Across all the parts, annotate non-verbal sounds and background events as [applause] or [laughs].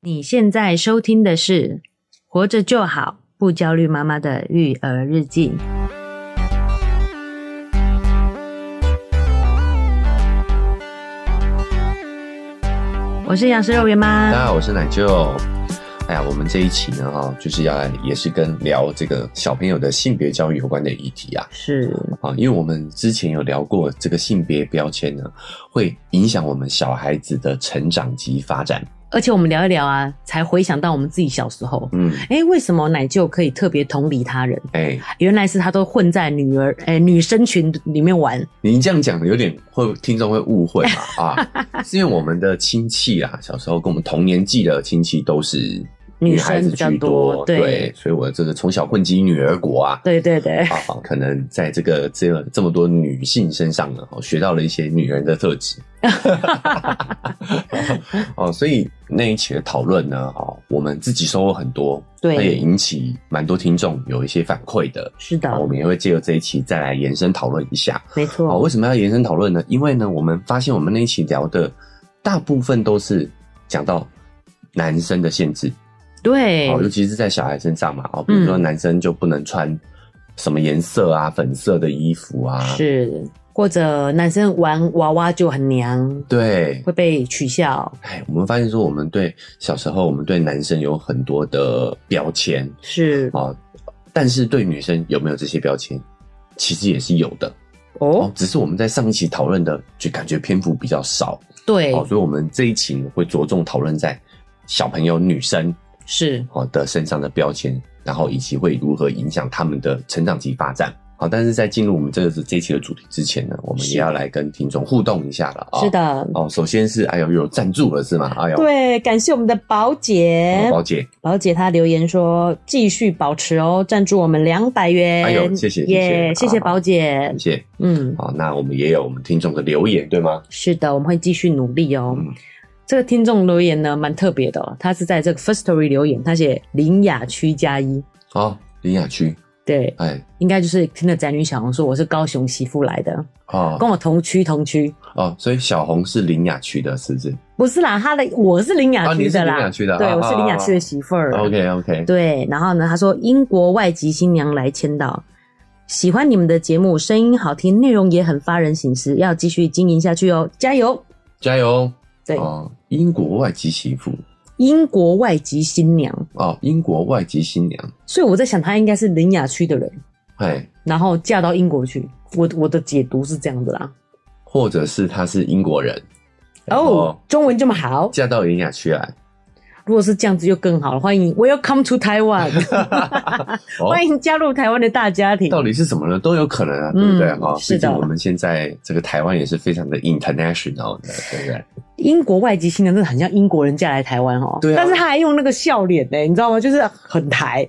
你现在收听的是《活着就好，不焦虑妈妈的育儿日记》。我是养食肉圆大家妈，好，我是奶舅。哎呀，我们这一期呢，哈，就是要来也是跟聊这个小朋友的性别教育有关的议题啊是啊，因为我们之前有聊过这个性别标签呢，会影响我们小孩子的成长及发展。而且我们聊一聊啊，才回想到我们自己小时候。嗯，哎，为什么奶舅可以特别同理他人？哎，原来是他都混在女儿哎女生群里面玩，您这样讲有点会听众会误会 [laughs] 嘛啊，是因为我们的亲戚啊，小时候跟我们同年纪的亲戚都是女孩生子比较居多对对，所以我这个从小混迹女儿国啊，对对对，啊，可能在这个这个这么多女性身上呢，哦，学到了一些女人的特质。 [laughs] 哦，所以那一期的讨论呢，哦，我们自己收获很多，对它也引起蛮多听众有一些反馈的。是的啊，，我们也会借由这一期再来延伸讨论一下。没哦，错，为什么要延伸讨论呢？因为呢，我们发现我们那一期聊的大部分都是讲到男生的限制，对，哦，尤其是在小孩身上嘛，哦，比如说嗯男生就不能穿什么颜色啊、粉色的衣服啊，是或者男生玩娃娃就很娘，对。会被取笑，哎，我们发现说，我们对小时候，我们对男生有很多的标签是啊、哦，但是对女生有没有这些标签，其实也是有的哦哦，，只是我们在上一期讨论的，就感觉篇幅比较少对，哦，所以我们这一期呢会着重讨论在小朋友、女生是哦的身上的标签，然后以及会如何影响他们的成长及发展。好，但是在进入我们这个这一期的主题之前呢，我们是也要来跟听众互动一下了啊、是。的，哦，首先是哎呦有赞助了是吗？哎呦，对，感谢我们的宝姐哦，，宝姐，宝姐她留言说继续保持哦，赞助我们两百元，哎呦谢谢耶，谢谢谢谢好宝姐感，谢。嗯，好，那我们也有我们听众的留言对吗？是的，我们会继续努力哦。嗯这个听众留言呢，蛮特别的、哦，他是在这个 First Story 留言，他写林雅区加一，哦，林雅区，对，哎，应该就是听了宅女小红说我是高雄媳妇来的，哦跟我同区同区，哦，所以小红是林雅区的，是不是不是啦，他的我是林雅哦你区是的啦，林雅区的对，啊我是林雅区啊的啊媳妇儿。 ？OK OK，对，然后呢，他说英国外籍新娘来签到，喜欢你们的节目，声音好听，内容也很发人省思，要继续经营下去哦，加油！加油！对，哦，英国外籍媳妇，英国外籍新娘，哦，英国外籍新娘，所以我在想，她应该是林雅区的人，哎，然后嫁到英国去。我我的解读是这样的啦。或者是他是英国人，然哦后，中文这么好，嫁到林雅区来，如果是这样子就更好了。欢迎，Welcome to [laughs] Taiwan，哦，欢迎加入台湾的大家庭。到底是什么呢？都有可能啊，嗯对不对？哈、是毕的竟我们现在这个台湾也是非常的 [laughs] international 的，对不对？英国外籍新娘真的很像英国人嫁来台湾哦，对啊但是她还用那个笑脸呢、你知道吗？就是很台，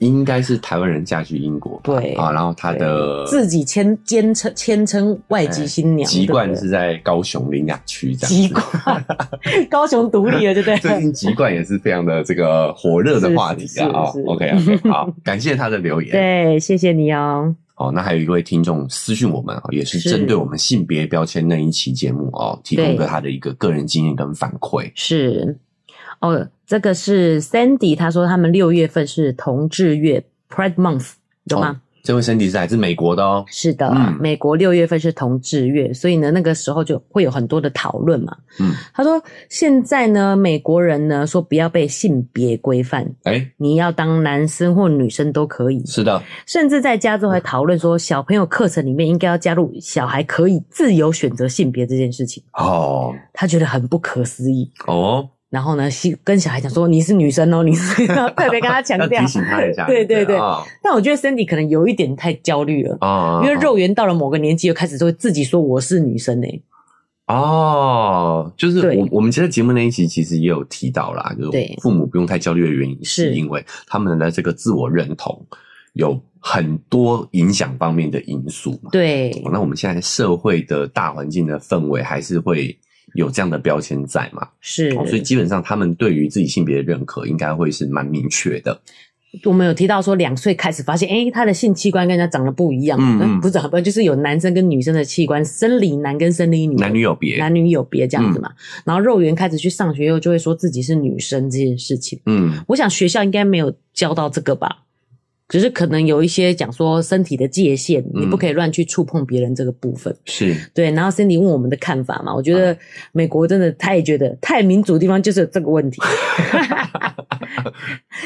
应该是台湾人嫁去英国吧，对啊，然后他的自己谦谦称谦称外籍新娘，籍贯对是在高雄林雅区这不对样子。 [laughs] 籍贯，高雄独立了，对不 [laughs] 对？最近籍贯也是非常的这个火热的话题啊啊是是是是 OK [laughs] OK，好，感谢他的留言。对，谢谢你哦。哦，那还有一位听众私讯我们啊，也是是针对我们性别标签那一期节目哦，提供对了他的一个个人经验跟反馈。是哦，这个是 Sandy，他说他们六月份是同志月 Pride Month，懂吗？哦这位身体是来自美国的哦，是的，嗯美国六月份是同志月，所以呢，那个时候就会有很多的讨论嘛。嗯，他说现在呢，美国人呢说不要被性别规范，哎，你要当男生或女生都可以，是的，甚至在加州还讨论说，小朋友课程里面应该要加入小孩可以自由选择性别这件事情，哦他觉得很不可思议。哦，然后呢，西跟小孩讲说你是女生哦，你是 [laughs] 特别跟他强要调提。醒他一下，对对对啊 [laughs] 但我觉得 Sandy 可能有一点太焦虑了，啊，因为肉圆到了某个年纪，又开始就会自己说我是女生欸诶、哦，就是对我我们其实节目那一期其实也有提到啦，就是对父母不用太焦虑的原因，是是因为他们的这个自我认同有很多影响方面的因素嘛。对哦，那我们现在社会的大环境的氛围还是会有这样的标签在嘛，是哦，所以基本上他们对于自己性别的认可应该会是蛮明确的。我们有提到说，两岁开始发现，哎、他的性器官跟人家长得不一样，呃嗯嗯不是长得不一样，就是有男生跟女生的器官，生理男跟生理女，男女嗯有别，男女有别这样子嘛。然后肉圆开始去上学以后，就会说自己是女生这件事情。嗯我想学校应该没有教到这个吧，只是可能有一些讲说身体的界限，嗯你不可以乱去触碰别人这个部分。是，对，然后 Cindy 问我们的看法嘛，我觉啊得美国真的，他也觉得太民主的地方就是有这个 [laughs] 问题。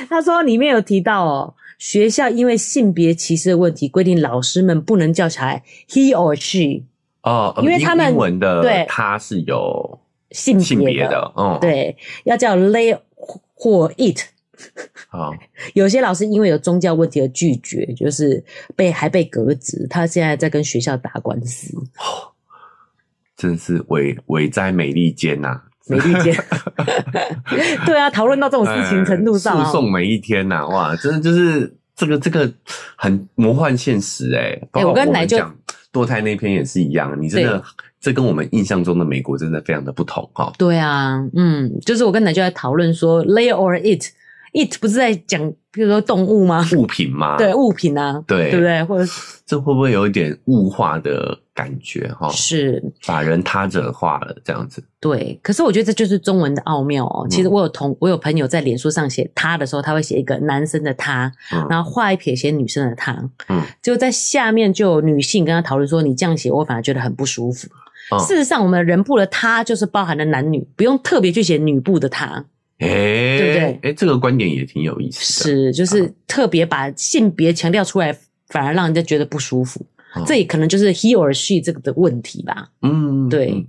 他说里面有提到哦，学校因为性别歧视的问题，规定老师们不能叫小孩 he or she 哦，呃因为英他们英文对的它是有性别性别的，的，嗯，，对，要叫 they 或 it。好，有些老师因为有宗教问题而拒绝，就是被还被革职。他现在在跟学校打官司，真是伟伟在美利坚呐、没意 [laughs] 见。对啊，讨论到这种事情程度上、哎啊，诉讼每一天呐、哇，真的就是这个这个很魔幻现实哎、包哎括我跟们奶就讲堕胎那篇也是一样，你真的这跟我们印象中的美国真的非常的不同哦哈、对啊，嗯，就是我跟奶就在讨论说 lay or it，it 不是在讲，比如说动物吗？物品嘛，啊对，物品啊，对对不对？或者是这会不会有一点物化的感觉哈、是把人他者化了这样子，对，可是我觉得这就是中文的奥妙嗯哦。其实我有同我有朋友在脸书上写他的时候，他会写一个男生的他，嗯然后画一撇写女生的她，嗯，就在下面就有女性跟他讨论说你这样写，我反而觉得很不舒服。嗯事实上，我们人部的他就是包含了男女，不用特别去写女部的他，哎、对不对哎、这个观点也挺有意思的，是就是特别把性别强调出来，反而让人家觉得不舒服。嗯这也可能就是 he or she 这个的问题吧。嗯，对，嗯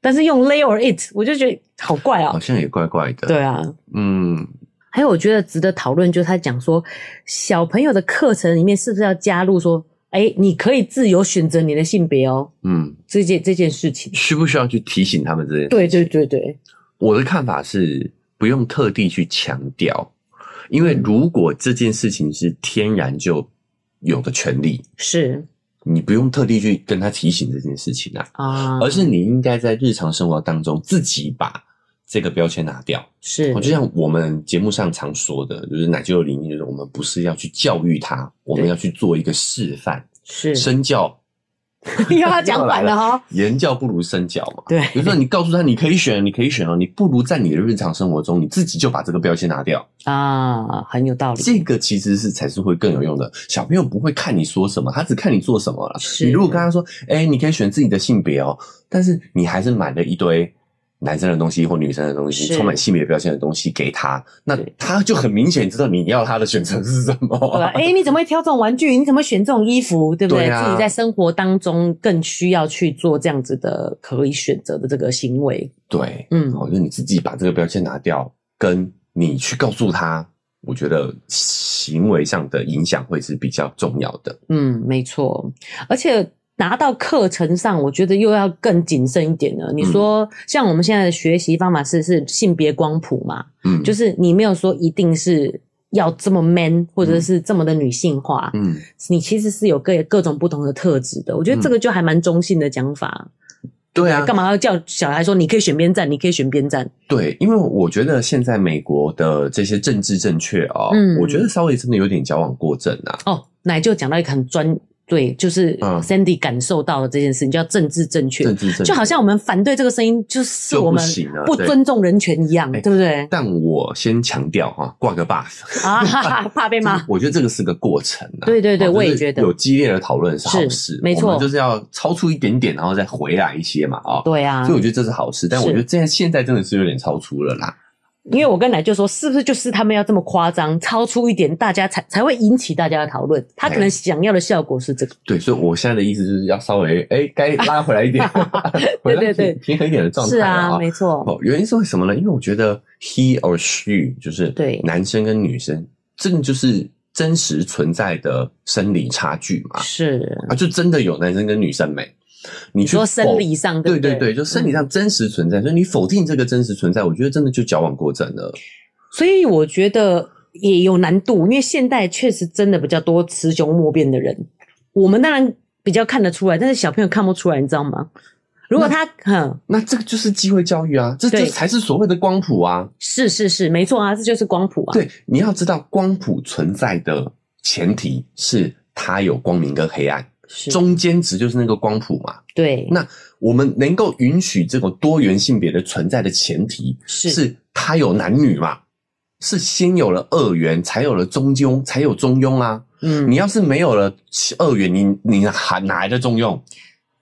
但是用 they or it，我就觉得好怪好哦。像也怪怪的，对，啊，嗯，还有我觉得值得讨论，就是他讲说，小朋友的课程里面是不是要加入说，哎，你可以自由选择你的性别哦，嗯，这件这件事情。需不需要去提醒他们这件事？对对对对，我的看法是不用特地去强调，因为如果这件事情是天然就有的权利，是你不用特地去跟他提醒这件事情啊，啊，而是你应该在日常生活当中自己把这个标签拿掉。是哦，就像我们节目上常说的，就是奶舅的理念，就是我们不是要去教育他，我们对要去做一个示范，是身教 [laughs] 又要讲反了 [laughs] 哈、哦。言教不如身教嘛。对，比如说，你告诉他你可以选，你可以选哦，你不如在你的日常生活中，你自己就把这个标签拿掉。啊，很有道理。这个其实是才是会更有用的。小朋友不会看你说什么，他只看你做什么了。是你如果跟他说，哎、你可以选自己的性别哦，但是你还是买了一堆男生的东西或女生的东西，是充满性别标签的东西给他，那对他就很明显知道你要他的选择是什么对 [laughs] 吧 [laughs] 啊。哎、你怎么会挑这种玩具？你怎么会选这种衣服？对不对？对啊自己在生活当中更需要去做这样子的可以选择的这个行为。对，嗯，我觉哦得你自己把这个标签拿掉，跟你去告诉他，我觉得行为上的影响会是比较重要的。嗯，没错，而且。拿到课程上，我觉得又要更谨慎一点了。嗯你说，像我们现在的学习方法是是性别光谱嘛？嗯，就是你没有说一定是要这么 man，或者是这么的女性化，嗯。你其实是有各各种不同的特质的。我觉得这个就还蛮中性的讲法，对啊，干嘛要叫小孩说你可以选边站，你可以选边站？对，因为我觉得现在美国的这些政治正确哦，嗯我觉得稍微真的有点矫枉过正啊。哦，奶就讲到一个很专，对，就是嗯 Sandy 感受到的这件事情叫政治正确，政治正确就好像我们反对这个声音就是就不我们行了不对尊重人权一样，哎对不对？但我先强调哈、挂个 buff [laughs] 啊，哈哈，怕被就骂是， [laughs] 我觉得这个是个过程啊。对对对哦就是我也觉得有激烈的讨论是好事是，没错我们就是要超出一点点，然后再回来一些嘛啊、哦。对啊所以，我觉得这是好事，但是我觉得现在现在真的是有点超出了啦。因为我跟奶就说，是不是就是他们要这么夸张，超出一点，大家才才会引起大家的讨论。他可能想要的效果是这个，哎对，所以我现在的意思就是要稍微哎，该拉回来 [laughs] 一点，回来对对对平平衡一点的状态是了啊，没错，哦，原因是为什么呢？因为我觉得 he or she 就是对男生跟女生，这个就是真实存在的生理差距嘛，是啊，就真的有男生跟女生美。你你去说否生理上对不对对对，就生理上真实存在，所以你否定这个真实存在，我觉得真的就矫枉过正了。所以我觉得也有难度，因为现代确实真的比较多雌雄莫辨的人。我们当然比较看得出来，但是小朋友看不出来，你知道吗？如果他嗯，那这个就是机会教育啊，这对这才是所谓的光谱啊。是是是，没错啊，这就是光谱啊。对，你要知道光谱存在的前提是它有光明跟黑暗，是中间值就是那个光谱嘛。对，那我们能够允许这种多元性别的存在的前提是是它有男女嘛，是先有了二元，才有了中庸，才有中庸啊。嗯，你要是没有了二元，你你还哪来的中庸？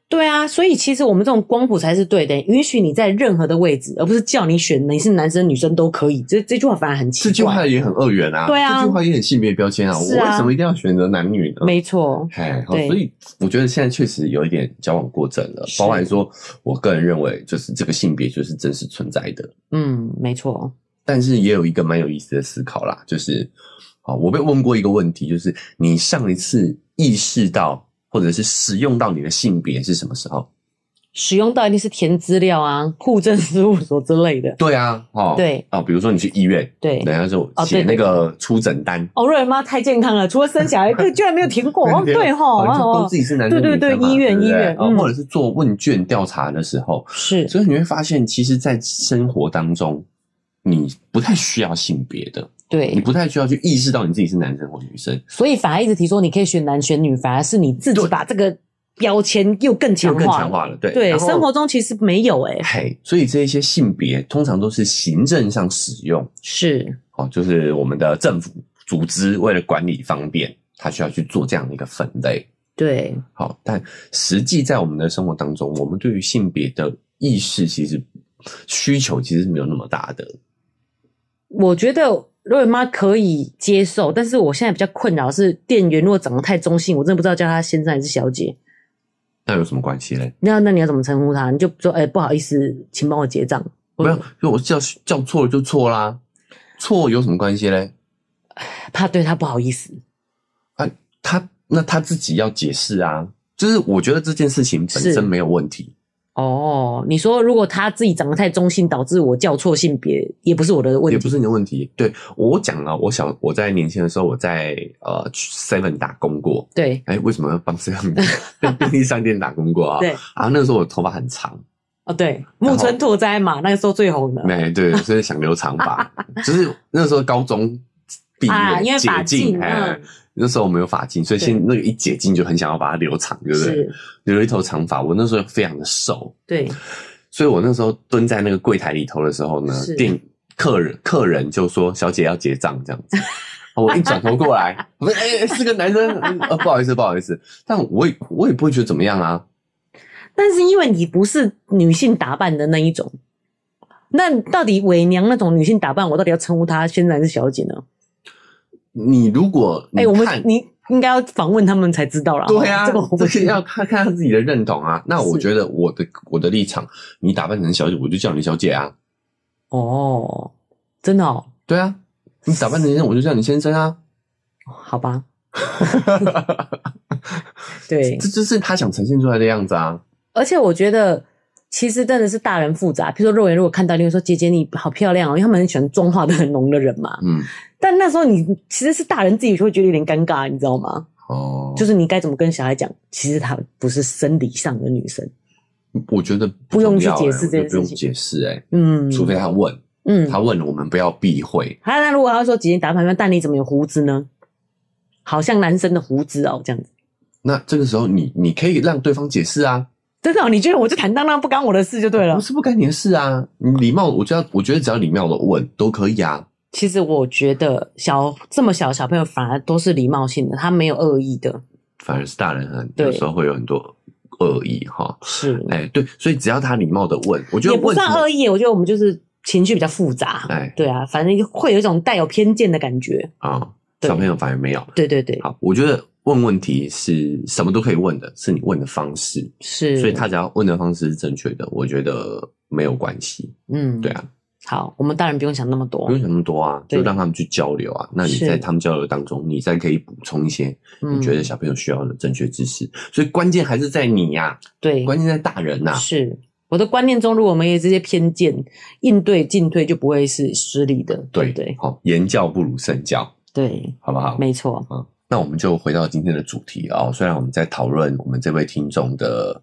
对啊，所以其实我们这种光谱才是对的，允许你在任何的位置，而不是叫你选你是男生女生都可以。这这句话反而很奇怪。这句话也很二元啊，对啊这句话也很性别标签啊。我是啊为什么一定要选择男女呢？没错，哎，好，对所以我觉得现在确实有一点交往过正了，是包含说，我个人认为就是这个性别就是真实存在的，嗯，没错，但是也有一个蛮有意思的思考啦，就是，好，我被问过一个问题，就是你上一次意识到或者是使用到你的性别是什么时候？使用到一定是填资料啊、户政事务所之类的。对啊，哦，对啊、比如说你去医院，对，人家就哦对写那个出诊单，哦，瑞儿妈太健康了，除了生 [laughs] 小孩，这居然没有停过。哦，对吼，哦，就都哦，自己是男生对对对女生嘛医院对不对医院哦嗯或者是做问卷调查的时候，是所以你会发现，其实，在生活当中，你不太需要性别的，你对，不太需要去意识到你自己是男生或女生，所以反而一直提说你可以选男选女，反而是你自己对把这个标签又更就强更化强了。化了。对对，然后生活中其实没有哎诶、嘿，所以这一些性别通常都是行政上使用，是哦，就是我们的政府组织为了管理方便，它需要去做这样的一个分类。对，好，但实际在我们的生活当中，我们对于性别的意识其实需求其实没有那么大的。我觉得瑞妈可以接受，但是我现在比较困扰的是店员如果长得太中性，我真的不知道叫她先生还是小姐。那有什么关系嘞？那那你要怎么称呼她？你就说哎、不好意思，请帮我结账。没有，就我叫叫错了就错啦，错有什么关系嘞？怕对她不好意思。他那他自己要解释啊。就是我觉得这件事情本是身没有问题，哦，你说如果她自己长得太中性，导致我叫错性别，也不是我的问也题。不是你的问题。对我讲了，我小我在年轻的时候，我在呃 Seven 打工过。对哎，为什么要帮 [laughs] Seven 在便利商店打工过啊？对啊，那个时候我头发很长，哦，对，木村拓哉嘛，那个时候最红的。没对，所以想留长发，就是那时候高中毕业、啊，因为解法禁，禁，哎嗯，，那时候我没有发禁，所以对先那个一解禁就很想要把它留长，对不对？是，留一头长发，我那时候非常的瘦，对，所以我那时候蹲在那个柜台里头的时候呢是，店客人客人就说：“小姐要结账。”这样 [laughs] 子，我一转头过来，我说：“哎、哎是个男生，嗯呃，不好意思，不好意思。”但我也我也不会觉得怎么样啊，但是因为你不是女性打扮的那一种，那到底伪娘那种女性打扮，我到底要称呼她先生还是小姐呢？你如果哎、你我们看你应该要访问他们才知道啦。 [laughs] 哦对啊，这个我不这是知道。要看看他自己的认同啊。那我是觉得我的我的立场，你打扮成小姐，我就叫你小姐啊。哦，真的哦，对啊，你打扮成先生，我就叫你先生啊。好 [laughs] 吧，对，这就是他想呈现出来的样子啊。而且我觉得。其实真的是大人复杂，譬如说肉圆如果看到，例如说姐姐你好漂亮哦，因为他们很喜欢妆化的很浓的人嘛。嗯，但那时候你其实是大人自己就会觉得有点尴尬，你知道吗？哦，就是你该怎么跟小孩讲，其实她不是生理上的女生。我觉得不用重去要解欸释我这件觉得不用事情解释哎，嗯，除非他问，嗯，他问了我们不要避讳。还有，那如果他说姐姐打扮漂亮，但你怎么有胡子呢？好像男生的胡子哦，这样子。那这个时候你你可以让对方解释啊，真的哦、你觉得我就坦荡荡，不干我的事就对了不。是不干你的事啊，你礼貌，我就要我觉得只要礼貌的问都可以啊。其实我觉得小这么小的小朋友反而都是礼貌性的，他没有恶意的。反而是大人很对有时候会有很多恶意哈。是，哎、对，所以只要他礼貌的问，我觉得也不问什算么恶意。我觉得我们就是情绪比较复杂。哎对啊，反正会有一种带有偏见的感觉。啊、对小朋友反而没有。对对对，好，我觉得问问题是什么都可以问的，是你问的方式，是。所以他只要问的方式是正确的，我觉得没有关系。嗯，对啊，好，我们大人不用想那么多不。用想那么多啊，对就让他们去交流啊。那你是在他们交流当中，你再可以补充一些嗯你觉得小朋友需要的正确知识。所以关键还是在你呀、对，关键在大人呐、啊是我的观念中，如果我们有这些偏见，应对进退就不会是失礼的，对对不对？好、言教不如身教，对，好不好？没错，啊那我们就回到今天的主题啊、虽然我们在讨论我们这位听众的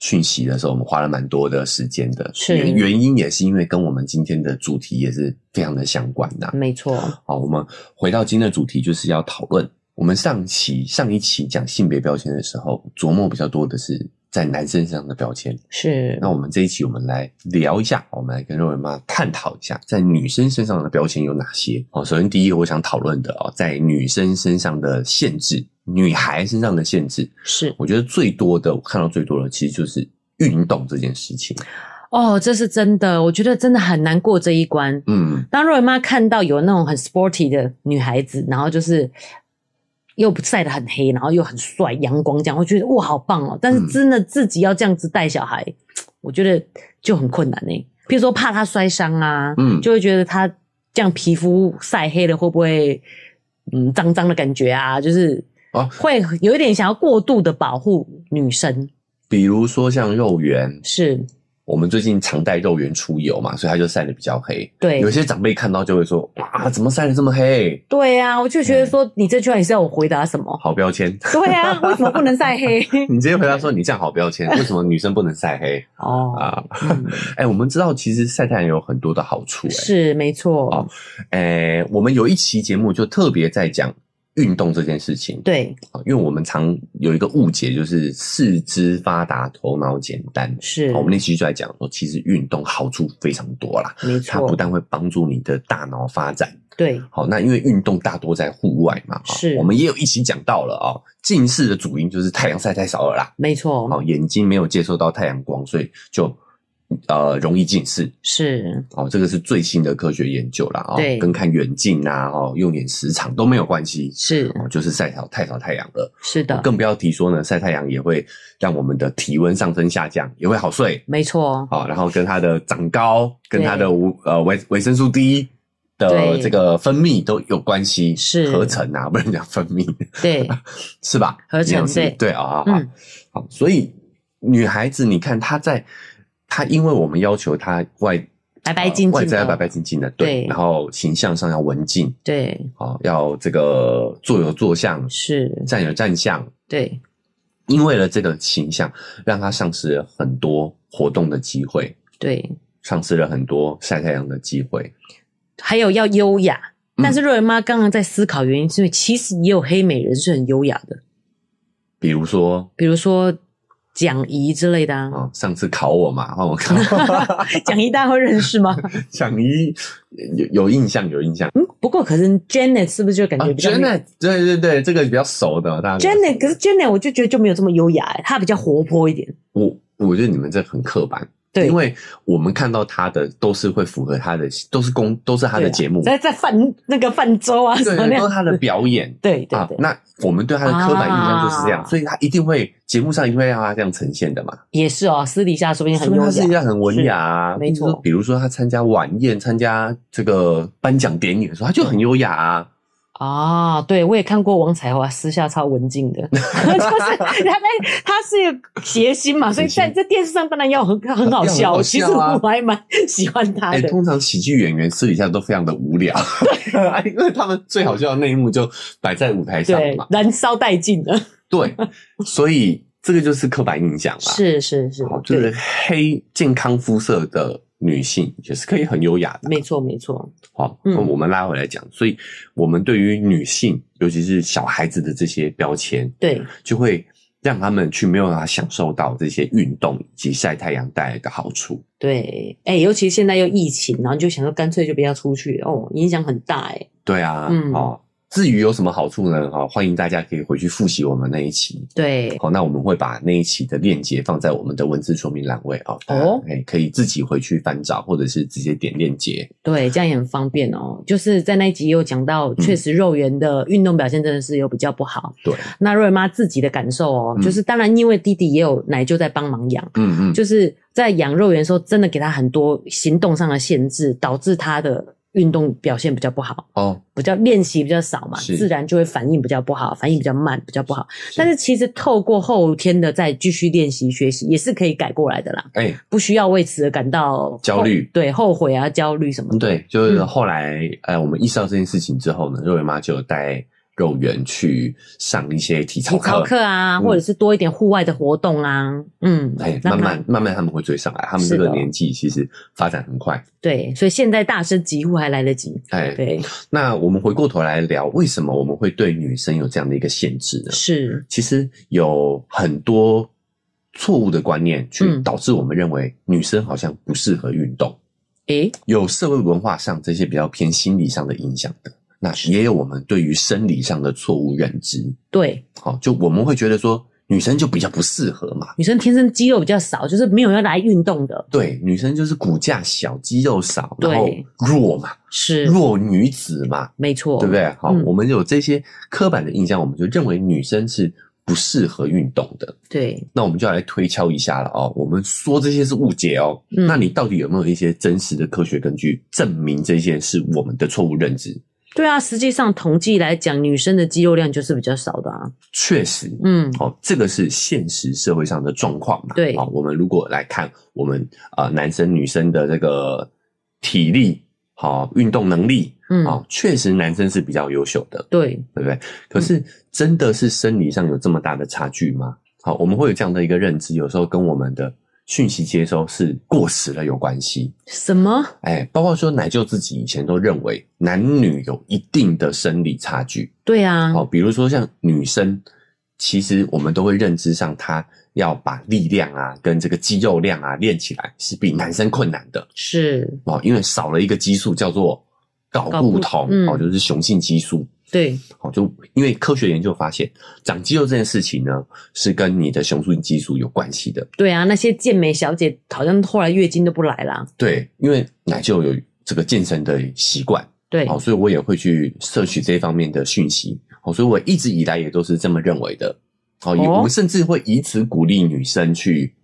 讯息的时候，我们花了蛮多的时间的。是原原因也是因为跟我们今天的主题也是非常的相关的、啊没错，好，我们回到今天的主题，就是要讨论我们上期上一期讲性别标签的时候，琢磨比较多的是在男生身上的标签。是那我们这一期我们来聊一下，我们来跟肉圆妈探讨一下，在女生身上的标签有哪些哦。首先，第一个我想讨论的哦，在女生身上的限制，女孩身上的限制，是我觉得最多的，我看到最多的其实就是运动这件事情。哦，这是真的，我觉得真的很难过这一关。嗯，当若圆妈看到有那种很 sporty 的女孩子，然后就是又不晒得很黑，然后又很帅，阳光这样，会觉得哇好棒哦。但是嗯真的自己要这样子带小孩，我觉得就很困难呢、譬如说怕她摔伤啊，嗯就会觉得她这样皮肤晒黑了会不会嗯脏脏的感觉啊？就是哦会有一点想要过度的保护女生，比如说像肉圆，是我们最近常带肉圆出游嘛，所以他就晒得比较黑。对有。些长辈看到就会说：“哇，怎么晒得这么黑？对呀、啊，我就嗯觉得说你这句话你是要我回答什么？ [laughs] 好标签。对啊，为什么不能晒黑？”你直接回答说：“你这样好标签，为什么女生不能晒黑哦，啊？”嗯哎、我们知道其实晒太阳有很多的好处、哎，是没错，哦哎、我们有一期节目就特别在讲运动这件事情对，啊，因为我们常有一个误解，就是四肢发达，头脑简单。是，好我们那期就在讲说，其实运动好处非常多啦，没它不错，但会帮助你的大脑发展，对，好，那因为运动大多在户外嘛，啊是我们也有一起讲到了啊、近视的主因就是太阳晒太少了啦，没错，好，眼睛没有接受到太阳光，所以就呃容易近视。是哦，这个是最新的科学研究啦，哦对，跟看远近啊，哦，用眼时长都没有关系，是哦，就是晒少太少太阳了，是的，更不要提说呢，晒太阳也会让我们的体温上升下降，也会好睡，没错，好、然后跟它的长高，跟它的对维呃维维生素 D 的对这个分泌都有关系，是合成啊，不能讲分泌，对，嗯是吧？合成营养师对对啊啊啊嗯，好，所以女孩子，你看她在她，因为我们要求她外白白净外净在要白的，白净净的，对，对然后形象上要文静对，啊、哦要这个坐有坐相，是，站有站相，对，因为了这个形象，让她丧失了很多活动的机会，对，丧失了很多晒太阳的机会。还有要优雅。嗯但是瑞文妈刚刚在思考原因，是因为其实也有黑美人是很优雅的，比如说比如说蒋怡之类的啊啊、。上次考我嘛， [laughs] 哦换我考 [laughs] 蒋怡大家会认识吗？ [laughs] 蒋一有有印象，有印象。嗯，不过可是 Janet 是不是就感啊觉比较没有、 ，Janet，对对对，这个比较熟的，大家 Janet，可是 Janet 我就觉得就没有这么优雅、欸，她比较活泼一点。我我觉得你们这很刻板，对，因为我们看到他的都是会符合他的，都是公都是他的对啊节目，在在泛那个泛舟啊什对么那对，都样是他的表演。对 [laughs] 对啊对，，那我们对他的刻板印象就是这样，啊所以他一定会节目上一定会让他这样呈现的嘛。也是哦，私底下说不定很所以优他是一雅，个很文雅、啊，是没错比如说，比如说他参加晚宴、参加这个颁奖典礼的时候，他就很优雅啊。啊。对，我也看过王彩华私下超文静 [laughs] 的，就是他在他是谐星嘛，所以谐星在在电视上当然要很很好要很笑。好其笑实啊我还蛮喜欢他哎、的，通常喜剧演员私底下都非常的无聊， [laughs] 因为他们最好笑的那一幕就摆在舞台上了对嘛，。燃烧殆尽了，对，所以这个就是刻板印象啦。是是是好，，就是对，黑健康肤色的女性也是可以很优雅的。没错没错，好，嗯那我们拉回来讲，所以我们对于女性，尤其是小孩子的这些标签，对就会让他们去没有办法享受到这些运动以及晒太阳带来的好处。对。哎，尤其现在又疫情，然后你就想说干脆就不要出去哦，影响很大哎。对啊，嗯哦，至于有什么好处呢？啊、欢迎大家可以回去复习我们那一期。对，好，那我们会把那一期的链接放在我们的文字说明栏位哦，大家哦哎，可以自己回去翻找，或者是直接点链接。对，这样也很方便哦。就是在那一集也有讲到，确实肉圆的运动表现真的是有比较不好。对，那瑞妈自己的感受哦，嗯就是当然因为弟弟也有奶舅在帮忙养，嗯嗯，就是在养肉圆的时候，真的给他很多行动上的限制，导致他的运动表现比较不好。哦，比较练习比较少嘛，是自然就会反应比较不好，反应比较慢，比较不好。是但是其实透过后天的再继续练习学习，也是可以改过来的啦，哎、不需要为此而感到后焦虑对，后悔啊，焦虑什么的。对，就是嗯后来，呃，我们意识到这件事情之后呢，肉圆妈就有带肉圆去上一些体操体操课。课啊，嗯或者是多一点户外的活动啊，嗯，哎，让他慢慢慢慢他们会追上来，他们是这的个年纪其实发展很快。对，所以现在大声疾呼还来得及。哎，对，那我们回过头来聊，为什么我们会对女生有这样的一个限制呢？是，其实有很多错误的观念去嗯导致我们认为女生好像不适合运动，诶，有社会文化上这些比较偏心理上的影响的，那也有我们对于生理上的错误认知。对，好，就我们会觉得说女生就比较不适合嘛，女生天生肌肉比较少，就是没有要来运动的，对，女生就是骨架小、肌肉少，对然后弱嘛，是弱女子嘛，没错，对不？对？好，嗯我们有这些刻板的印象，我们就认为女生是不适合运动的。对，那我们就要来推敲一下了哦。我们说这些是误解哦，嗯那你到底有没有一些真实的科学根据证明这些是我们的错误认知？对啊，实际上统计来讲，女生的肌肉量就是比较少的啊。确实，嗯，哦，这个是现实社会上的状况嘛。对哦，我们如果来看我们啊、呃男生女生的这个体力，好、运动能力，嗯哦，确实男生是比较优秀的，对，对不对？可是真的是生理上有这么大的差距吗？好，我们会有这样的一个认知，有时候跟我们的讯息接收是过时了有关系。什么？哎，包括说奶舅自己以前都认为男女有一定的生理差距。对啊，好，比如说像女生，其实我们都会认知上她要把力量啊跟这个肌肉量啊练起来是比男生困难的是，哦，因为少了一个激素叫做睾固睾酮固嗯哦，就是雄性激素。对，好，哦就因为科学研究发现，长肌肉这件事情呢，是跟你的雄性激素有关系的。对啊，那些健美小姐好像后来月经都不来啦。对，因为奶舅有这个健身的习惯，对，好，所以我也会去摄取这方面的讯息。好，所以我一直以来也都是这么认为的。好，也哦我们甚至会以此鼓励女生去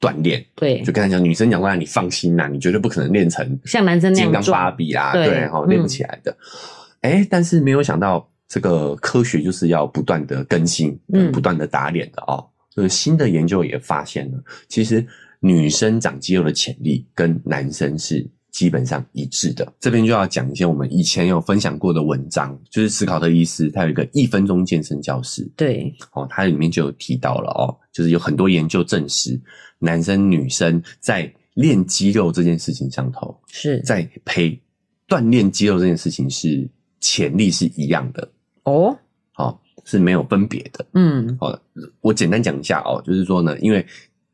锻炼，对就，跟她讲，女生讲话你放心啦、你绝对不可能练成像男生那金样刚芭壮，比啦，对嗯对，好练不起来的。哎，但是没有想到这个科学就是要不断的更新，嗯不断的打脸的哦。所以新的研究也发现了，其实女生长肌肉的潜力跟男生是基本上一致的。这边就要讲一些我们以前有分享过的文章，就是史考特医师他有一个一分钟健身教室，对，哦，它里面就有提到了哦，就是有很多研究证实，男生女生在练肌肉这件事情上头，是，在培锻炼肌肉这件事情是潜力是一样的，哦，哦，是没有分别的。嗯，好、哦，我简单讲一下哦，就是说呢，因为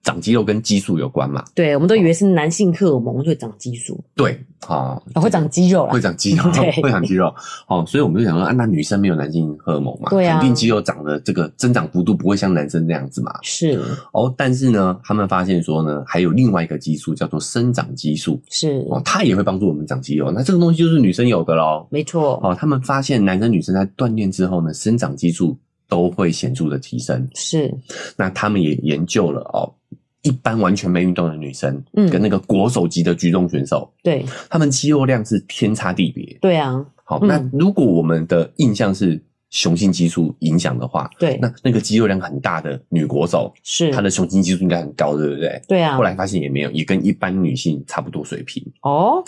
长肌肉跟激素有关嘛，对，我们都以为是男性荷尔蒙会长激素，对，啊、哦，会长肌肉啦会。长肌肉对，会长肌肉，哦，所以我们就想说啊，那女生没有男性荷尔蒙嘛，对啊肯定肌肉长的这个增长幅度不会像男生那样子嘛。是哦，但是呢，他们发现说呢，还有另外一个激素叫做生长激素是，哦，它也会帮助我们长肌肉。那这个东西就是女生有的喽，没错，哦，他们发现男生女生在锻炼之后呢，生长激素都会显著的提升。是，那他们也研究了哦，一般完全没运动的女生，嗯跟那个国手级的举重选手，对，他们肌肉量是天差地别。对啊，好，嗯那如果我们的印象是雄性激素影响的话，对，那那个肌肉量很大的女国手，是她的雄性激素应该很高，对不对？对啊后，来发现也没有，也跟一般女性差不多水平。哦，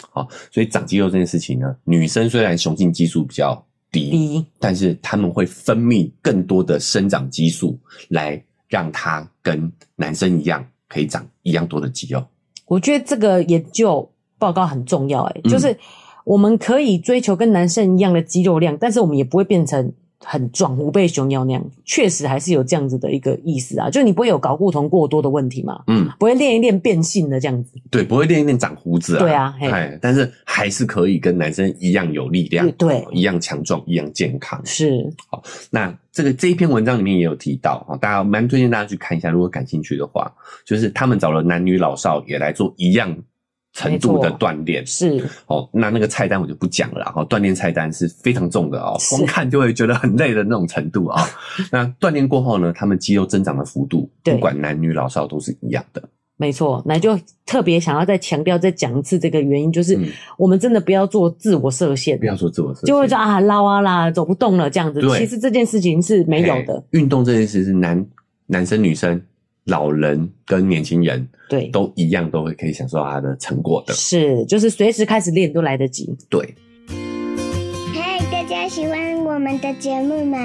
所以长肌肉这件事情呢，女生虽然雄性激素比较低，但是他们会分泌更多的生长激素，来让它跟男生一样可以长一样多的肌肉。我觉得这个研究报告很重要、欸，嗯就是我们可以追求跟男生一样的肌肉量，但是我们也不会变成很壮，虎背熊腰那样。确实还是有这样子的一个意思啊，就你不会有睾固酮过多的问题嘛，嗯，不会练一练变性的这样子。对，不会练一练长胡子啊。对啊嘿哎，但是还是可以跟男生一样有力量，哦对一样强壮，一样健康。是，那这个这一篇文章里面也有提到啊，大家蛮推荐大家去看一下，如果感兴趣的话，就是他们找了男女老少也来做一样程度的没错锻炼。是，哦，那那个菜单我就不讲了啦，哈、哦，锻炼菜单是非常重的哦，是光看就会觉得很累的那种程 [laughs] 度啊、那锻炼过后呢，他们肌肉增长的幅度，对不管男女老少都是一样的。没错。那就特别想要再强调、再讲一次这个原因，就是嗯我们真的不要做自我设限不。要说自我设限，就会说啊，捞啊啦，走不动了这样子。对其实这件事情是没有的嘿。。运动这件事是男男生、女生、老人跟年轻人对，都一样，都会可以享受到它的成果的。是，就是随时开始练都来得及。对，嗨，大家家喜欢我们的节目吗？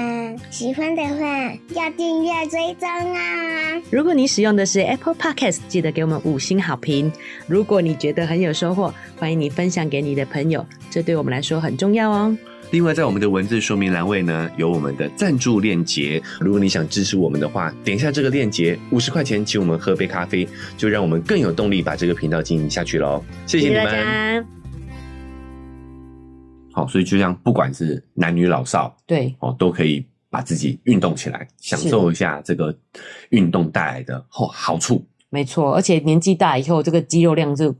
喜欢的话要订阅追踪啊！如果你使用的是 Apple Podcast，记得给我们五星好评。如果你觉得很有收获，欢迎你分享给你的朋友，这对我们来说很重要哦。另外，在我们的文字说明栏位呢，有我们的赞助链接。如果你想支持我们的话，点一下这个链接，五十块钱请我们喝杯咖啡，就让我们更有动力把这个频道经营下去喽。谢谢你大们。家。好，所以就像不管是男女老少对，哦，都可以把自己运动起来，享受一下这个运动带来的哦好处。没错，而且年纪大以后，这个肌肉量是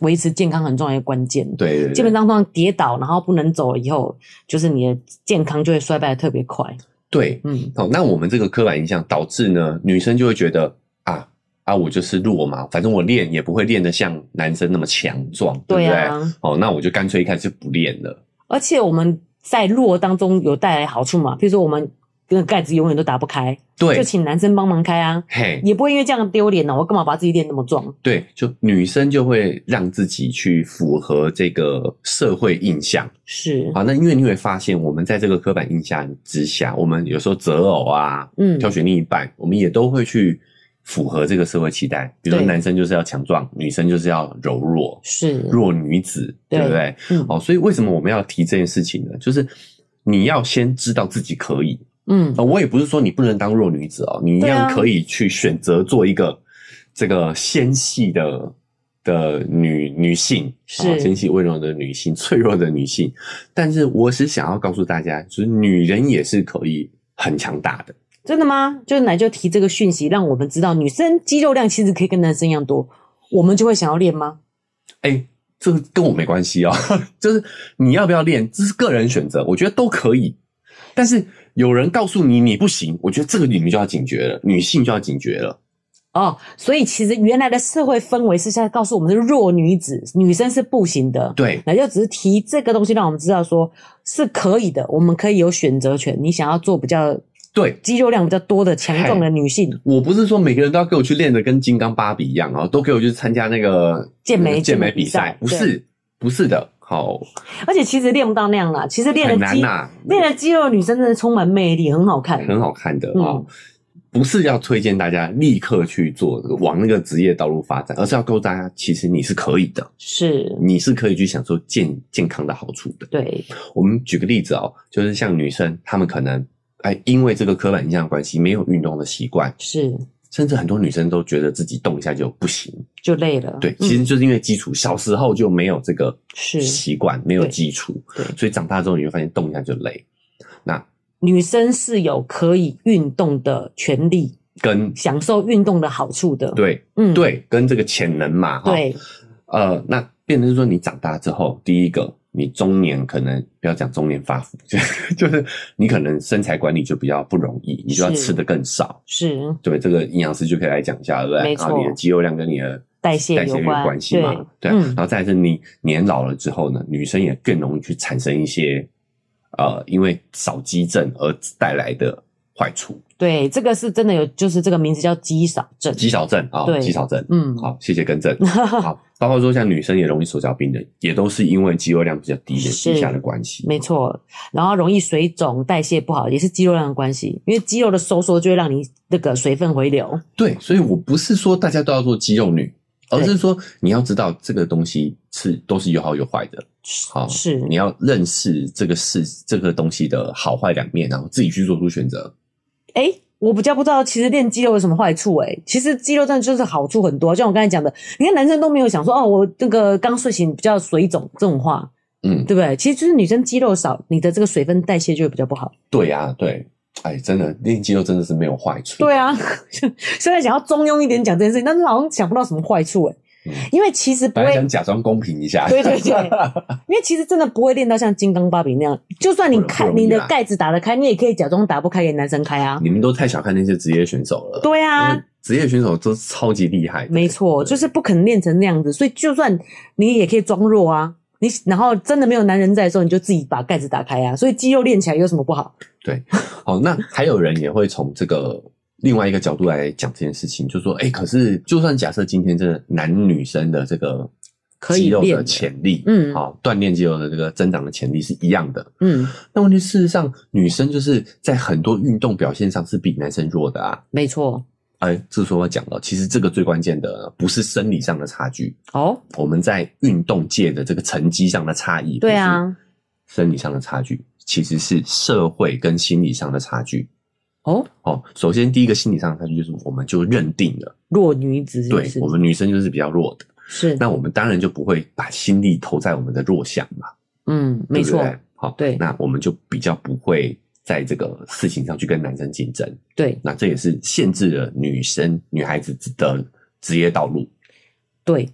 维持健康很重要的关键。对对对基本上，通常跌倒然后不能走了以后，就是你的健康就会衰败的特别快。对。嗯，好，那我们这个刻板印象导致呢，女生就会觉得啊啊，我就是弱嘛，反正我练也不会练得像男生那么强壮，对不对？啊。哦，那我就干脆一开始不练了。而且我们在弱当中有带来好处嘛，比如说我们那个盖子永远都打不开，就对，请男生帮忙开啊，嘿，也不会因为这样丢脸呢、我干嘛把自己练那么壮？对，就女生就会让自己去符合这个社会印象是，啊。那因为你会发现，我们在这个刻板印象之下，我们有时候择偶啊，嗯，挑选另一半，我们也都会去符合这个社会期待。比如说，对男生就是要强壮，女生就是要柔弱，是，弱女子，对对不对？嗯哦，所以为什么我们要提这件事情呢？就是你要先知道自己可以。嗯，呃，我也不是说你不能当弱女子哦，你一对啊样可以去选择做一个这个纤细的的女女性，是啊纤细温柔的女性，脆弱的女性。但是我是想要告诉大家，就是女人也是可以很强大的。真的吗？就是奶就提这个讯息，让我们知道女生肌肉量其实可以跟男生一样多，我们就会想要练吗？哎、这个跟我没关系哦， [laughs] 就是你要不要练，这是个人选择，我觉得都可以。但是有人告诉你你不行，我觉得这个你们就要警觉了，女性就要警觉了。哦，所以其实原来的社会氛围是现在告诉我们是弱女子，女生是不行的。对，那就只是提这个东西，让我们知道说是可以的，我们可以有选择权。你想要做比较对，肌肉量比较多的强壮的女性，我不是说每个人都要给我去练的跟金刚芭比一样哦，都给我去参加那个健美呃健美比比赛赛，不是不是的，好而且其实练不到那样啦，其实练很了难肌呐、练了嗯肌肉的女生真的充满魅力，很好看。很好看的哦。不是要推荐大家立刻去做这个往那个职业道路发展，而是要告诉大家，其实你是可以的，是，你是可以去享受健健康的好处的。对，我们举个例子哦，就是像女生，她们可能哎，因为这个刻板印象的关系，没有运动的习惯，是甚至很多女生都觉得自己动一下就不行。就累了。对，嗯其实就是因为基础小时候就没有这个是习惯，没有对基础对，所以长大之后你会发现动一下就累。那女生是有可以运动的权利，跟享受运动的好处的。，对嗯，对，跟这个潜能嘛，哈，对，呃，那变成是说你长大之后，第一个你中年可能不要讲中年发福， [laughs] 就是就是你可能身材管理就比较不容易，你就要是吃的更少。是对，这个营养师就可以来讲一下，对不对？没错然后你的肌肉量跟你的代谢代谢有有关关系嘛，对对。啊嗯然后再来是你年老了之后呢，女生也更容易去产生一些呃，因为少肌症而带来的坏处，对，这个是真的有，就是这个名字叫肌少症。肌少症啊对，肌少症。嗯，好，谢谢 [laughs] 更正。好，包括说像女生也容易手脚冰冷，也都是因为肌肉量比较低的是低下的关系。没错，然后容易水肿、代谢不好，也是肌肉量的关系，因为肌肉的收缩就会让你那个水分回流。对，所以我不是说大家都要做肌肉女，而对是说你要知道这个东西是都是有好有坏的。好是，哦你要认识这个事这个东西的好坏两面，然后自己去做出选择。哎，我比较不知道，其实练肌肉有什么坏处、诶哎，其实肌肉真的就是好处很多，就像我刚才讲的，你看男生都没有想说哦，我那个刚睡醒比较水肿这种话，嗯，对不对？其实就是女生肌肉少，你的这个水分代谢就会比较不好。对啊，对，哎，真的练肌肉真的是没有坏处。对，啊， [laughs] 虽然想要中庸一点讲这件事情，但是好像想不到什么坏处、诶嗯哎，因为其实不本来会想假装公平一下。 [laughs] 对对对因为其实真的不会练到像金刚芭比那样，就算你不容开不容易啊嗯你的啦盖子打得开，你也可以假装打不开给男生开啊。 [laughs] 你们都太小看那些职业选手了。对因啊为，职业选手都超级厉害的。没错，嗯对就是不可能练成那样子，所以就算你也可以装弱啊。你然后真的没有男人在的时候，你就自己把盖子打开啊。所以肌肉练起来有什么不好？对。哦，那还有人也会从这个。另外一个角度来讲这件事情，就说，哎、可是就算假设今天这男女生的这个可肌以肉练的的潜力，嗯好，锻炼肌肉的这个增长的潜力是一样的。嗯，那问题事实上，女生就是在很多运动表现上是比男生弱的啊。没错。哎，这是我讲了，其实这个最关键的不是生理上的差距，哦，我们在运动界的这个成绩上的差异，对啊，生理上的差距，其实是社会跟心理上的差距。哦，哦，首先第一个心理上的差距就是，我们就认定了，弱女子是不对是？我们女生就是比较弱的，是，那我们当然就不会把心力投在我们的弱项嘛，嗯，没错对不，对好，对那我们就比较不会在这个事情上去跟男生竞争，对那这也是限制了女生女孩子的职业道路。对。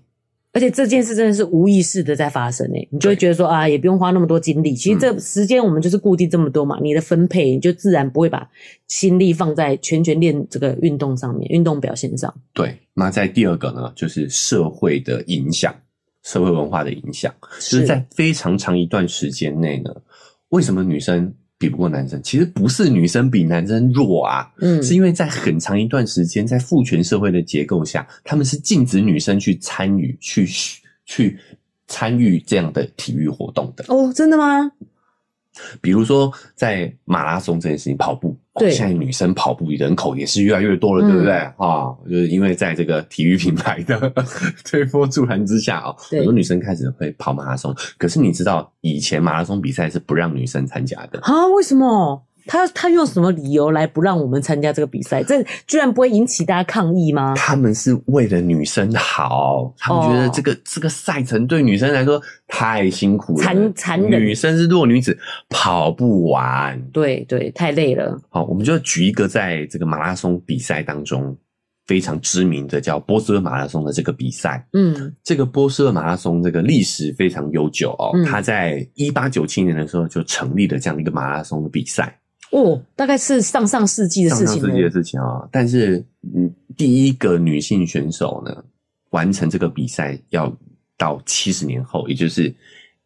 而且这件事真的是无意识的在发生诶、你就会对嗯觉得说啊，也不用花那么多精力。其实这时间我们就是固定这么多嘛，你的分配你就自然不会把心力放在全全练这个运动上面，运动表现上。对，那在第二个呢，就是社会的影响，社会文化的影响，就是在非常长一段时间内呢，为什么女生比不过男生？其实不是女生比男生弱啊，嗯，是因为在很长一段时间，在父权社会的结构下，他们是禁止女生去参与、去去参与这样的体育活动的。哦，真的吗？比如说，在马拉松这件事情，跑步，哦对现在女生跑步人口也是越来越多嗯了，对不对啊、就是因为在这个体育品牌的 [laughs] 推波助澜之下哦，对很多女生开始会跑马拉松。可是你知道，以前马拉松比赛是不让女生参加的，啊，为什么？他他用什么理由来不让我们参加这个比赛？这居然不会引起大家抗议吗？他们是为了女生好，他们觉哦得这个、这个赛程对女生来说太辛苦了，残残忍女生是弱女子，跑不完。对对，太累了。好，我们就举一个在这个马拉松比赛当中非常知名的叫波斯尔马拉松的这个比赛。嗯这个波斯尔马拉松这个历史非常悠久哦，嗯它在一八九七年的时候就成立了这样一个马拉松的比赛，哦，大概是上上世纪的上事上情世纪的了。事情啊、但是，嗯，第一个女性选手呢，完成这个比赛要到七十年后，也就是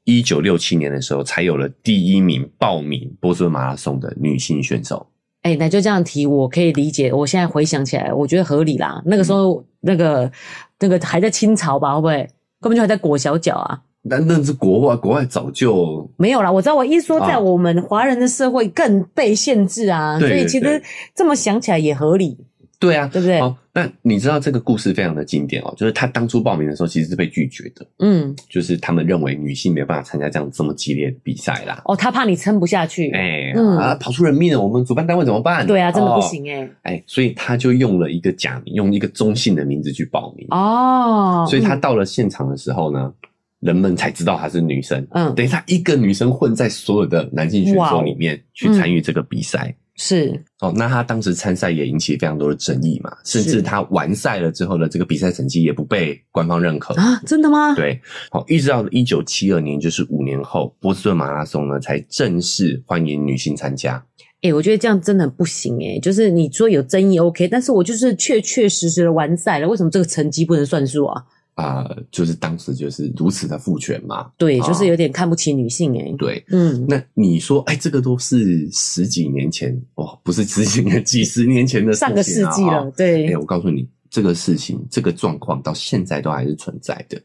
一九六七年的时候，才有了第一名报名波斯尔马拉松的女性选手。哎、那就这样提，我可以理解。我现在回想起来，我觉得合理啦。那个时候，嗯那个那个还在清朝吧，会不会根本就还在裹小脚啊？那那是国外，国外早就没有啦，我知道，我一说啊在我们华人的社会更被限制啊，对对所以其对实这么想起来也合理，对啊。对不对？好、那你知道这个故事非常的经典哦，就是他当初报名的时候其实是被拒绝的，嗯，就是他们认为女性没有办法参加这样这么激烈的比赛啦。哦，他怕你撑不下去，哎、嗯啊，跑出人命了，我们主办单位怎么办？对啊，真的不哦行哎、哎，所以他就用了一个假名，用一个中性的名字去报名。哦，所以他到了现场的时候呢，人们才知道她是女生。嗯等于她一个女生混在所有的男性选哦手里面去参与这个比赛。是哦，那她当时参赛也引起非常多的争议嘛，甚是至她完赛了之后的这个比赛成绩也不被官方认可。啊，真的吗？ [laughs] 对，好，一直到一九七二年，就是五年后，波士顿马拉松呢才正式欢迎女性参加。哎、我觉得这样真的很不行哎、就是你说有争议 OK，但是我就是确确实实的完赛了，为什么这个成绩不能算数啊？啊、就是当时就是如此的父权嘛，对，啊就是有点看不起女性哎、对，嗯，那你说，哎，这个都是十几年前哦，不是十几年，几十年前的事情、啊、上个世纪了，哦。对哎，，我告诉你，这个事情，这个状况到现在都还是存在的。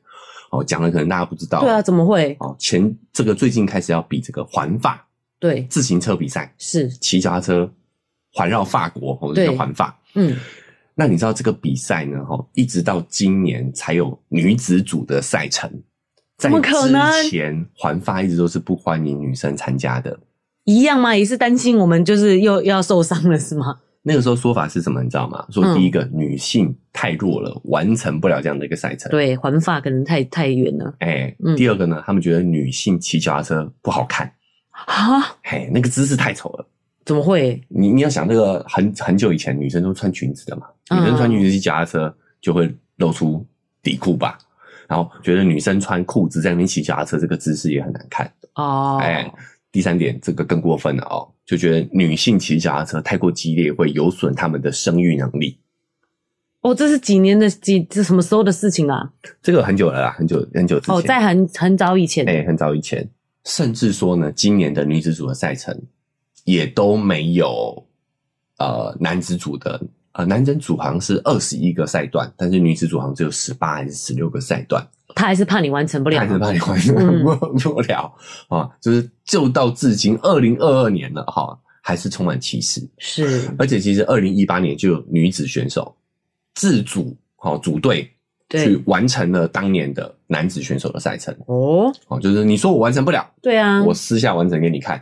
哦，讲了可能大家不知道。对啊，。怎么会？哦，前这个最近开始要比这个环法对，自行车比赛，是，骑脚踏车环绕法国，我们对叫环法。嗯，那你知道这个比赛呢？哈，一直到今年才有女子组的赛程。在怎么可能之前，环法一直都是不欢迎女生参加的。一样吗？也是担心我们就是又又要受伤了是吗？那个时候说法是什么？你知道吗？嗯说第一个、女性太弱了，完成不了这样的一个赛程。，对，环发可能太太远了哎、嗯第二个呢，他们觉得女性骑脚踏车不好看，啊？嘿，那个姿势太丑了。怎么会？你你要想，那个很很久以前女生都穿裙子的嘛，女嗯生穿裙子骑脚踏车就会露出底裤吧。然后觉得女生穿裤子在那边骑脚踏车，这个姿势也很难看。哦，哎、第三点，这个更过分了哦，就觉得女性骑脚踏车太过激烈，会有损她们的生育能力。哦，这是几年的几这什么时候的事情啊？这个很久了啦，很久很久之前。哦，在很很早以前，哎、很早以前，甚至说呢，今年的女子组的赛程也都没有呃男子组的呃，男生组行是二十一个赛段，但是女子组行只有十八还是十六个赛段，他还是怕你完成不了还，是怕你完成嗯不 [laughs] 不了啊！就是就到至今二零二二年了哈，还是充满歧视。是而且其实二零一八年就有女子选手自主好、组队去对完成了当年的男子选手的赛程哦，哦，就是你说我完成不了，对啊，我私下完成给你看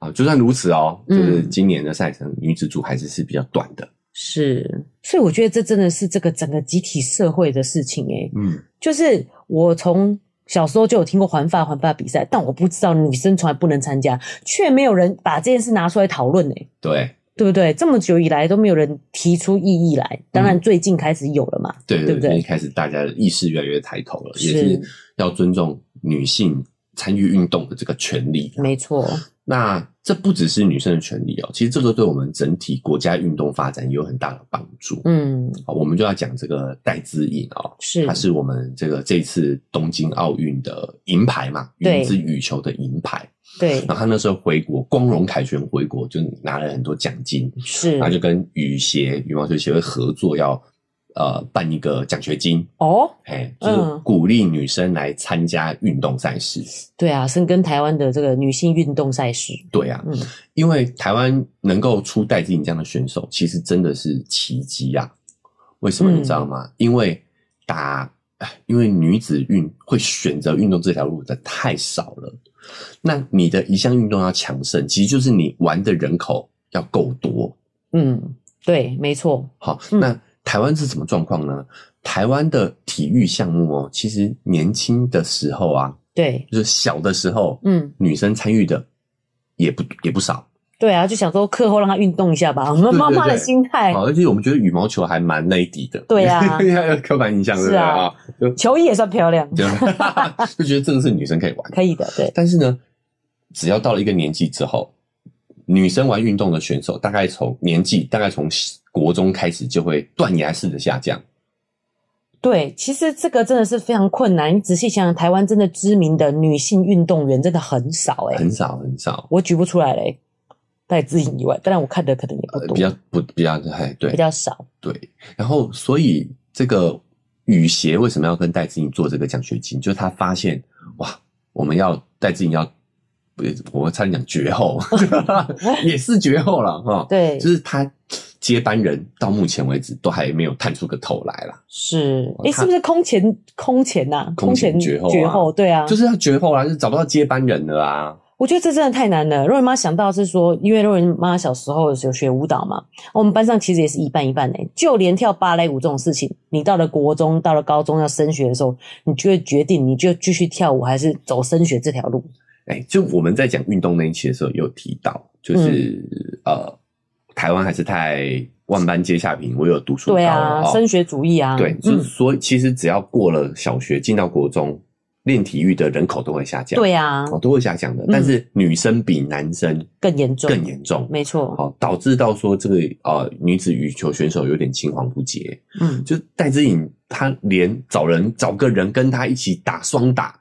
啊。就算如此哦，就是嗯今年的赛程女子组还是是比较短的，是，所以我觉得这真的是这个整个集体社会的事情欸诶、嗯，就是我从小时候就有听过环法环法比赛，但我不知道女生从来不能参加，却没有人把这件事拿出来讨论诶、对对不对？这么久以来都没有人提出异议来，当嗯然最近开始有了嘛。对对不对对一开始大家的意识越来越抬头了，是也是要尊重女性参与运动的这个权利。没错，那这不只是女生的权利哦，其实这个对我们整体国家运动发展也有很大的帮助。嗯，好，我们就要讲这个戴资颖哦，是她是我们这个这次东京奥运的银牌嘛，对羽之羽球的银牌。对然，后她那时候回国，光荣凯旋回国就拿了很多奖金，是然后就跟羽协羽毛球协会合作要，呃办一个奖学金，哦，哎，就嗯是鼓励女生来参加运动赛事。对啊，深耕台湾的这个女性运动赛事，对啊，嗯，因为台湾能够出戴资颖这样的选手，其实真的是奇迹啊！为什么嗯你知道吗？因为打，唉因为女子运会选择运动这条路的太少了。那你的一项运动要强盛，其实就是你玩的人口要够多。嗯，对，没错，好，嗯那台湾是什么状况呢？台湾的体育项目哦，其实年轻的时候啊，对，就是小的时候，嗯，女生参与的也不也不少。对啊，就想说课后让她运动一下吧，我们对妈妈的对心态，好，而且我们觉得羽毛球还蛮内底的，哎对 [laughs] 啊刻板印象对不是对啊啊？就 [laughs] 球衣也算漂亮，就就觉得这个是女生可以玩，可以的，对，但是呢，只要到了一个年纪之后，女生玩运动的选手，大概从年纪大概从国中开始就会断崖式的下降，对，其实这个真的是非常困难，你仔细想想，台湾真的知名的女性运动员真的很少、欸，很少很少，我举不出来嘞、戴资颖以外，当然我看的可能也不呃多，比较不比较哎对比较少，对，然后所以这个羽协为什么要跟戴志颖做这个奖学金？就是他发现哇，我们要戴志颖要，不是我差点讲绝 [laughs] 后，也是绝后了哈。对，就是他接班人到目前为止都还没有探出个头来啦，是，哎、他是不是空前空前呐、空前绝后啊绝后，对啊，就是要绝后啦，就是找不到接班人了啊。我觉得这真的太难了。若人妈想到是说，因为若人妈小时候有学舞蹈嘛，我们班上其实也是一半一半诶、就连跳芭蕾舞这种事情，你到了国中、到了高中要升学的时候，你就会决定你就继续跳舞还是走升学这条路。哎，就我们在讲运动那一期的时候也有提到，就是、嗯呃，台湾还是太万般皆下品，唯有读书高对啊，哦升学主义啊，对，就是嗯，说，其实只要过了小学，进到国中，练体育的人口都会下降，对、啊，哦，都会下降的。但是女生比男生更严重，嗯更严重，没错，好、导致到说这个呃女子羽球选手有点青黄不接，嗯，就戴资颖她连找人找个人跟她一起打双打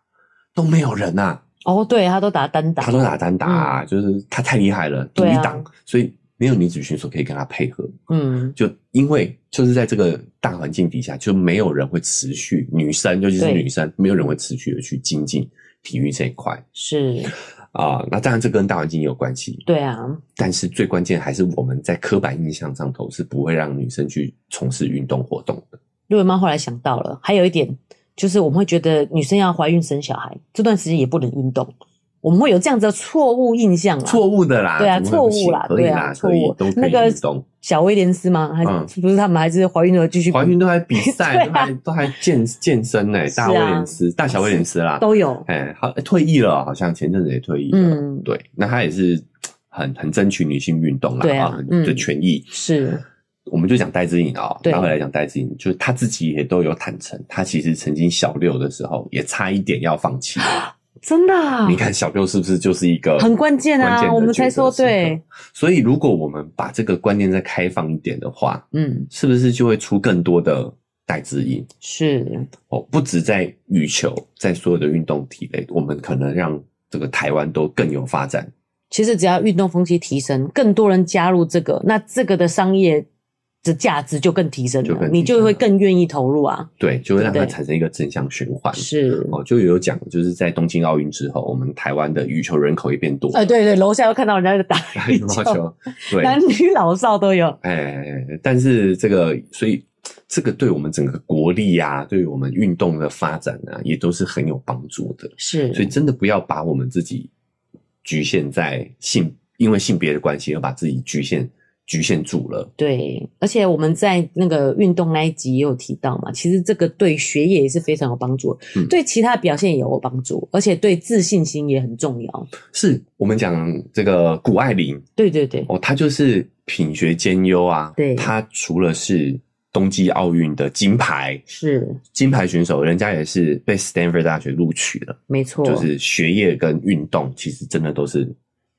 都没有人啊，哦，对，他都打单打，嗯她都打，单打、啊，就是她太厉害了，独对一啊档，所以没有女子选手可以跟她配合。嗯，就因为就是在这个大环境底下，就没有人会持续女生，尤其是对女生，没有人会持续的去精进体育这一块是，啊、那当然，这跟大环境也有关系，对啊，但是最关键还是我们在刻板印象上头是不会让女生去从事运动活动的。瑞文妈后来想到了，还有一点就是我们会觉得女生要怀孕生小孩这段时间也不能运动，我们会有这样子的错误印象啦。错误的啦，对啊，怎么错会不行误啦，可以对啦，啊，错可以误都。可那以个运动。小威廉斯吗？还嗯不是他们还是怀孕了继续怀孕都还 [laughs] 比对啊赛，都还都还健健身呢、是啊大威廉斯、大小威廉斯啦，都有，哎、好退役了，好像前阵子也退役了。嗯对，那他也是很很争取女性运动啦，对啊很嗯的权益。是我们就讲戴资颖啊，对拉回来讲戴资颖，就是他自己也都有坦诚，他其实曾经小六的时候也差一点要 [laughs] 放弃。真的啊你，看小六是不是就是一个很关键关啊，的我们角才色说时刻对，。所以如果我们把这个观念再开放一点的话，嗯，是不是就会出更多的戴资颖？是哦，不止在羽球，在所有的运动体类，我们可能让这个台湾都更有发展。其实只要运动风气提升，更多人加入这个，那这个的商业的价值就更提升就了，更你提升就会了更愿意投入啊。对，就会让它对产生一个正向循环。是，哦，就有讲，就是在东京奥运之后，我们台湾的羽球人口也变多， [laughs] 哎，对对，楼下又看到人家在打羽羽哎毛球，球，对，男女老少都有。哎，但是这个，所以这个对我们整个国力啊，对于我们运动的发展啊，也都是很有帮助的。是，所以真的不要把我们自己局限在性，因为性别的关系而把自己局限局限住了。对，而且我们在那个运动那一集也有提到嘛，其实这个对学业也是非常有帮助，嗯对其他表现也有帮助，而且对自信心也很重要。是我们讲这个谷爱凌对对对，哦，她就是品学兼优啊。对她除了是冬季奥运的金牌是金牌选手，人家也是被 Stanford 大学录取了。没错，就是学业跟运动其实真的都是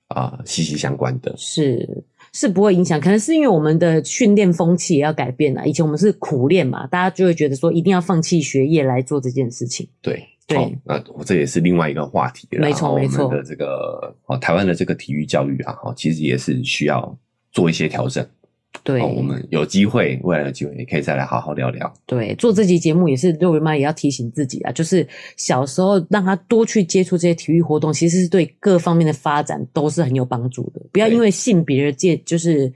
啊、息息相关的。是是不会影响，可能是因为我们的训练风气也要改变啊了。以前我们是苦练嘛，大家就会觉得说一定要放弃学业来做这件事情。对对好那、我这也是另外一个话题了。没错然后我们没错的这个哦，台湾的这个体育教育啊，哦，其实也是需要做一些调整。对，哦，我们有机会，未来有机会也可以再来好好聊聊。对做这期节目也是肉圆妈也要提醒自己啊，就是小时候让他多去接触这些体育活动，其实是对各方面的发展都是很有帮助的。不要对因为性别而界就是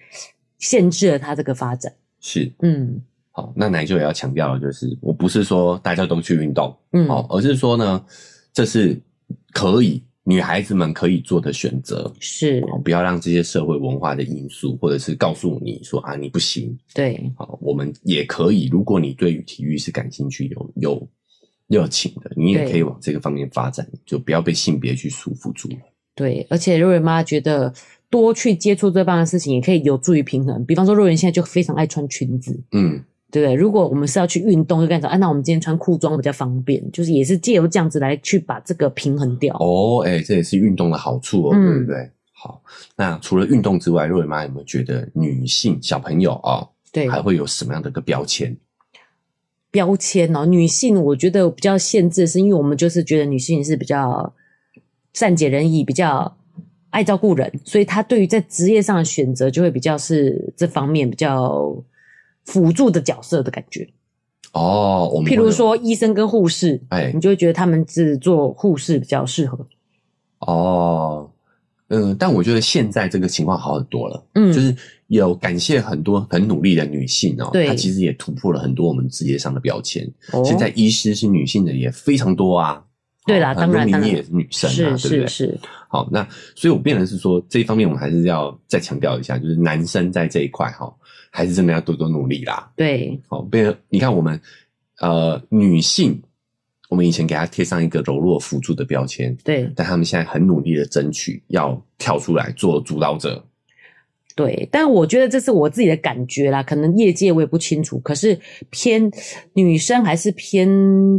限制了他这个发展。是，嗯好，那奶舅也要强调的就是，我不是说大家都去运动嗯，哦，而是说呢，这是可以女孩子们可以做的选择。是哦，不要让这些社会文化的因素，或者是告诉你说啊，你不行，对啊，我们也可以，如果你对于体育是感兴趣、有有热情的，你也对可以往这个方面发展，就不要被性别去束缚住了。对，而且肉圆妈觉得多去接触这方面的事情，也可以有助于平衡。比方说，肉圆现在就非常爱穿裙子，嗯，对不对？如果我们是要去运动，就干啥？哎、那我们今天穿裤装比较方便，就是也是借由这样子来去把这个平衡掉。哦，哎、这也是运动的好处哦，对嗯不对？好，那除了运动之外，若瑞妈有没有觉得女性小朋友啊、对，还会有什么样的一个标签？标签哦，女性我觉得比较限制，是因为我们就是觉得女性是比较善解人意，比较爱照顾人，所以她对于在职业上的选择就会比较是这方面比较辅助的角色的感觉。哦，我们譬会如有，说医生跟护士，哎你，就会觉得他们只做护士比较适合。哦，嗯，但我觉得现在这个情况好很多了。嗯，就是有感谢很多很努力的女性哦，对她其实也突破了很多我们职业上的标签。哦现在医师是女性的也非常多啊，对啦哦当然很多当名医然也是女生啊，是对不对是？是，好，那所以我变成是说这一方面，我们还是要再强调一下，就是男生在这一块哈、还是真的要多多努力啦。对好，变成你看我们呃女性，我们以前给她贴上一个柔弱辅助的标签，对但他们现在很努力的争取要跳出来做主导者。对，但我觉得这是我自己的感觉啦，可能业界我也不清楚，可是偏女生还是偏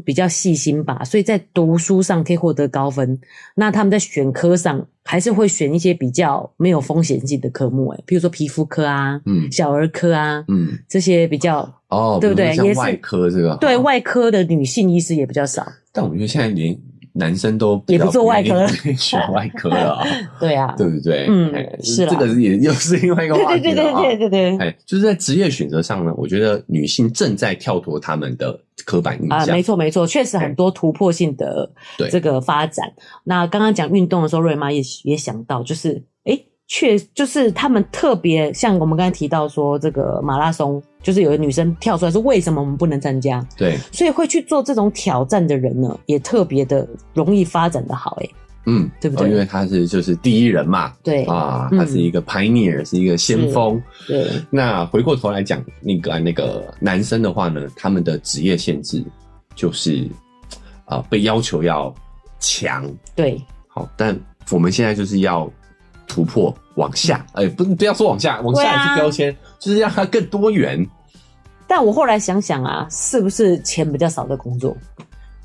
比较细心吧，所以在读书上可以获得高分。那他们在选科上还是会选一些比较没有风险性的科目、欸，诶，比如说皮肤科啊、嗯小儿科啊嗯，这些比较哦，对不比如对说也像是外科这个，对哦，外科的女性医师也比较少。但我觉得现在连男生都比也不较做外科愿意选外科了 [laughs] 啊，对啊，对不对？嗯哎是啦这个也又是另外一个 [laughs] 话对题对对了啊。对对对对哎，就是在职业选择上呢，我觉得女性正在跳脱他们的刻板印啊、象没。错没错，确实很多突破性的对这个发展。那刚刚讲运动的时候，瑞妈也也想到，就是诶，确就是他们特别像我们刚才提到说这个马拉松，就是有的女生跳出来说为什么我们不能参加，对，所以会去做这种挑战的人呢，也特别的容易发展的好诶。嗯，对不对哦因为他是就是第一人嘛，对、啊，嗯他是一个 pioneer，是一个先锋。对，那回过头来讲那个那个男生的话呢，他们的职业限制就是啊、呃被要求要强，对好，但我们现在就是要突破往下，哎、不不要说往下，往嗯对下啊也是标签，就是让它更多元。但我后来想想啊，是不是钱比较少的工作，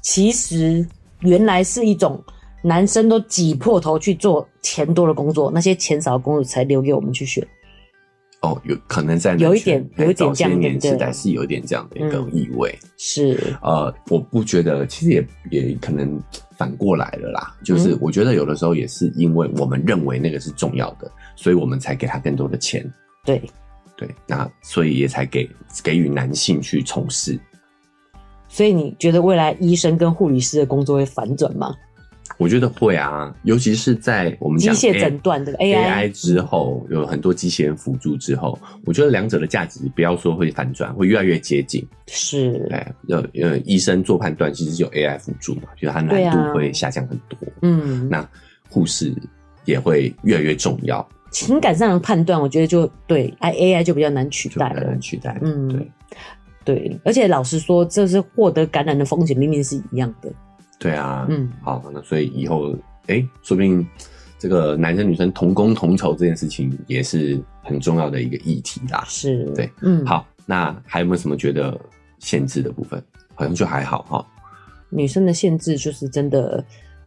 其实原来是一种男生都挤破头去做钱多的工作，那些钱少的工作才留给我们去选。哦，有可能在哎有一点有一点早些这样年对时不对代是有一点这样的一个嗯意味。是，呃，我不觉得，其实也也可能反过来了啦，就是嗯我觉得有的时候也是因为我们认为那个是重要的，所以我们才给他更多的钱。对，对，那所以也才给给予男性去从事。所以你觉得未来医生跟护理师的工作会反转吗？我觉得会啊，尤其是在我们机讲械 A- 诊断这个 AI， AI 之后，有很多机器人辅助之后，我觉得两者的价值不要说会反转，会越来越接近。是，哎，呃呃，医生做判断其实就 AI 辅助嘛，就是它对难啊度会下降很多。嗯，那护士也会越来越重要，情感上的判断，我觉得就对，I 哎 AI 就比较难取就哎代很了难。取代。嗯对对，而且老实说，这是获得感染的风险明明是一样的。对啊，嗯，好，那所以以后，哎、说不定这个男生女生同工同酬这件事情也是很重要的一个议题啦。是，对，嗯，，好，那还有没有什么觉得限制的部分？好像就还好哈。女生的限制就是真的，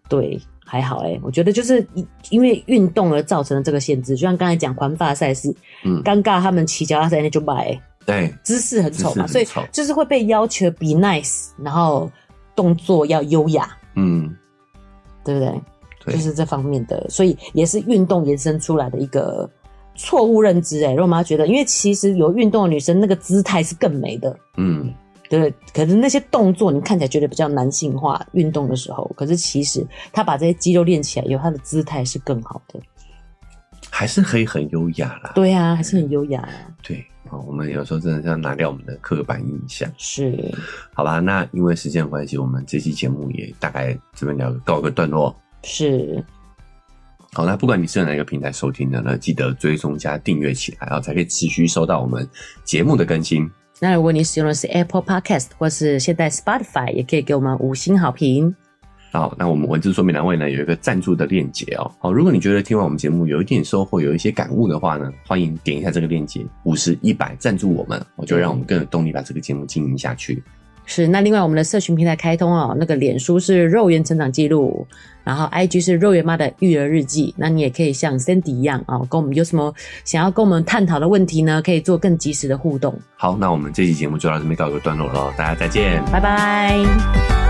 对，还好哎、我觉得就是因因为运动而造成的这个限制，就像刚才讲环法赛事，嗯尴尬他们骑脚踏车那就买、对，姿势很丑嘛，所姿势很以丑就是会被要求 be nice，然后动作要优雅，嗯，对不对？对，就是这方面的，所以也是运动延伸出来的一个错误认知、欸。哎，肉妈觉得，因为其实有运动的女生那个姿态是更美的，嗯，对不对？可是那些动作你看起来觉得比较男性化，运动的时候，可是其实她把这些肌肉练起来以后，她的姿态是更好的。还是可以很优雅啦。对啊，还是很优雅、啊。对，好，我们有时候真的是要拿掉我们的刻板印象。是，好吧，那因为时间的关系，我们这期节目也大概这边聊告一个段落。是，好，那不管你是哪一个平台收听的呢，记得追踪加订阅起来啊，然后才可以持续收到我们节目的更新。那如果你使用的是 Apple Podcast 或是现在 Spotify，也可以给我们五星好评。好，那我们文字说明栏位呢有一个赞助的链接哦。好，如果你觉得听完我们节目有一点收获，有一些感悟的话呢，欢迎点一下这个链接，五十一百赞助我们，我就让我们更有动力把这个节目经营下去。是，那另外我们的社群平台开通哦，那个脸书是肉圆成长记录，然后 IG 是肉圆妈的育儿日记。那你也可以像 Cindy 一样啊、哦，跟我们有什么想要跟我们探讨的问题呢，可以做更及时的互动。好，那我们这期节目就到这边告一个段落了，大家再见。拜拜。